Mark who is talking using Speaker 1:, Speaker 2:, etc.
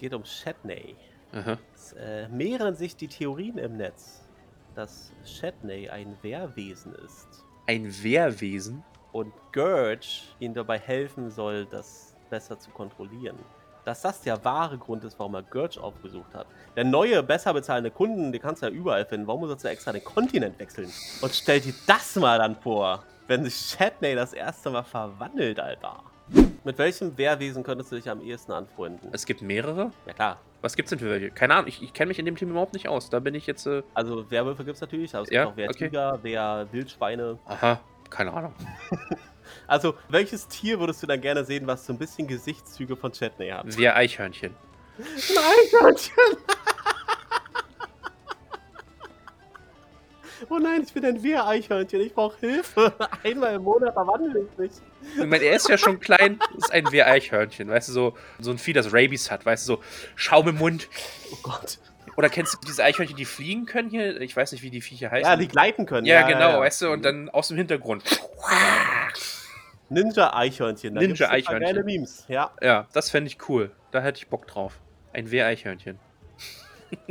Speaker 1: geht um Shatney.
Speaker 2: Aha.
Speaker 1: Es äh, mehren sich die Theorien im Netz, dass Shatney ein Wehrwesen ist
Speaker 2: Ein Wehrwesen?
Speaker 1: und Gurge ihnen dabei helfen soll, das besser zu kontrollieren. Dass das der wahre Grund ist, warum er Gurge aufgesucht hat. Denn neue, besser bezahlende Kunden, die kannst du ja überall finden. Warum muss er zu extra den Kontinent wechseln? Und stell dir das mal dann vor, wenn sich Shatney das erste Mal verwandelt, Alter. Mit welchem Wehrwesen könntest du dich am ehesten anfreunden?
Speaker 2: Es gibt mehrere?
Speaker 1: Ja klar,
Speaker 2: Was gibt's denn für welche? Keine Ahnung, ich, ich kenne mich in dem Thema überhaupt nicht aus. Da bin ich jetzt. Äh,
Speaker 1: Also Werwölfe gibt es natürlich, aber es
Speaker 2: Ja,
Speaker 1: gibt auch
Speaker 2: okay.
Speaker 1: Wehrtiger, Wehrwildschweine.
Speaker 2: aha, keine Ahnung.
Speaker 1: Also, welches Tier würdest du dann gerne sehen, was so ein bisschen Gesichtszüge von Chetney hat?
Speaker 2: Wer Eichhörnchen?
Speaker 1: Nein, Gottchen! Oh nein, ich bin ein Wehr-Eichhörnchen, ich brauche Hilfe. Einmal im Monat verwandle ich mich.
Speaker 2: Ich meine, er ist ja schon klein, ist ein Wehr-Eichhörnchen, weißt du, so, so ein Vieh, das Rabies hat, weißt du, so Schaum im Mund.
Speaker 1: Oh Gott.
Speaker 2: Oder kennst du diese Eichhörnchen, die fliegen können hier? Ich weiß nicht, wie die Viecher heißen.
Speaker 1: Ja, die gleiten können.
Speaker 2: ja, genau, weißt du, und dann aus dem Hintergrund.
Speaker 1: Ninja-Eichhörnchen. da gibt's
Speaker 2: Ninja-Eichhörnchen.
Speaker 1: super Geile Memes, ja.
Speaker 2: Ja, das fände ich cool. Da hätte ich Bock drauf. Ein Wehr-Eichhörnchen.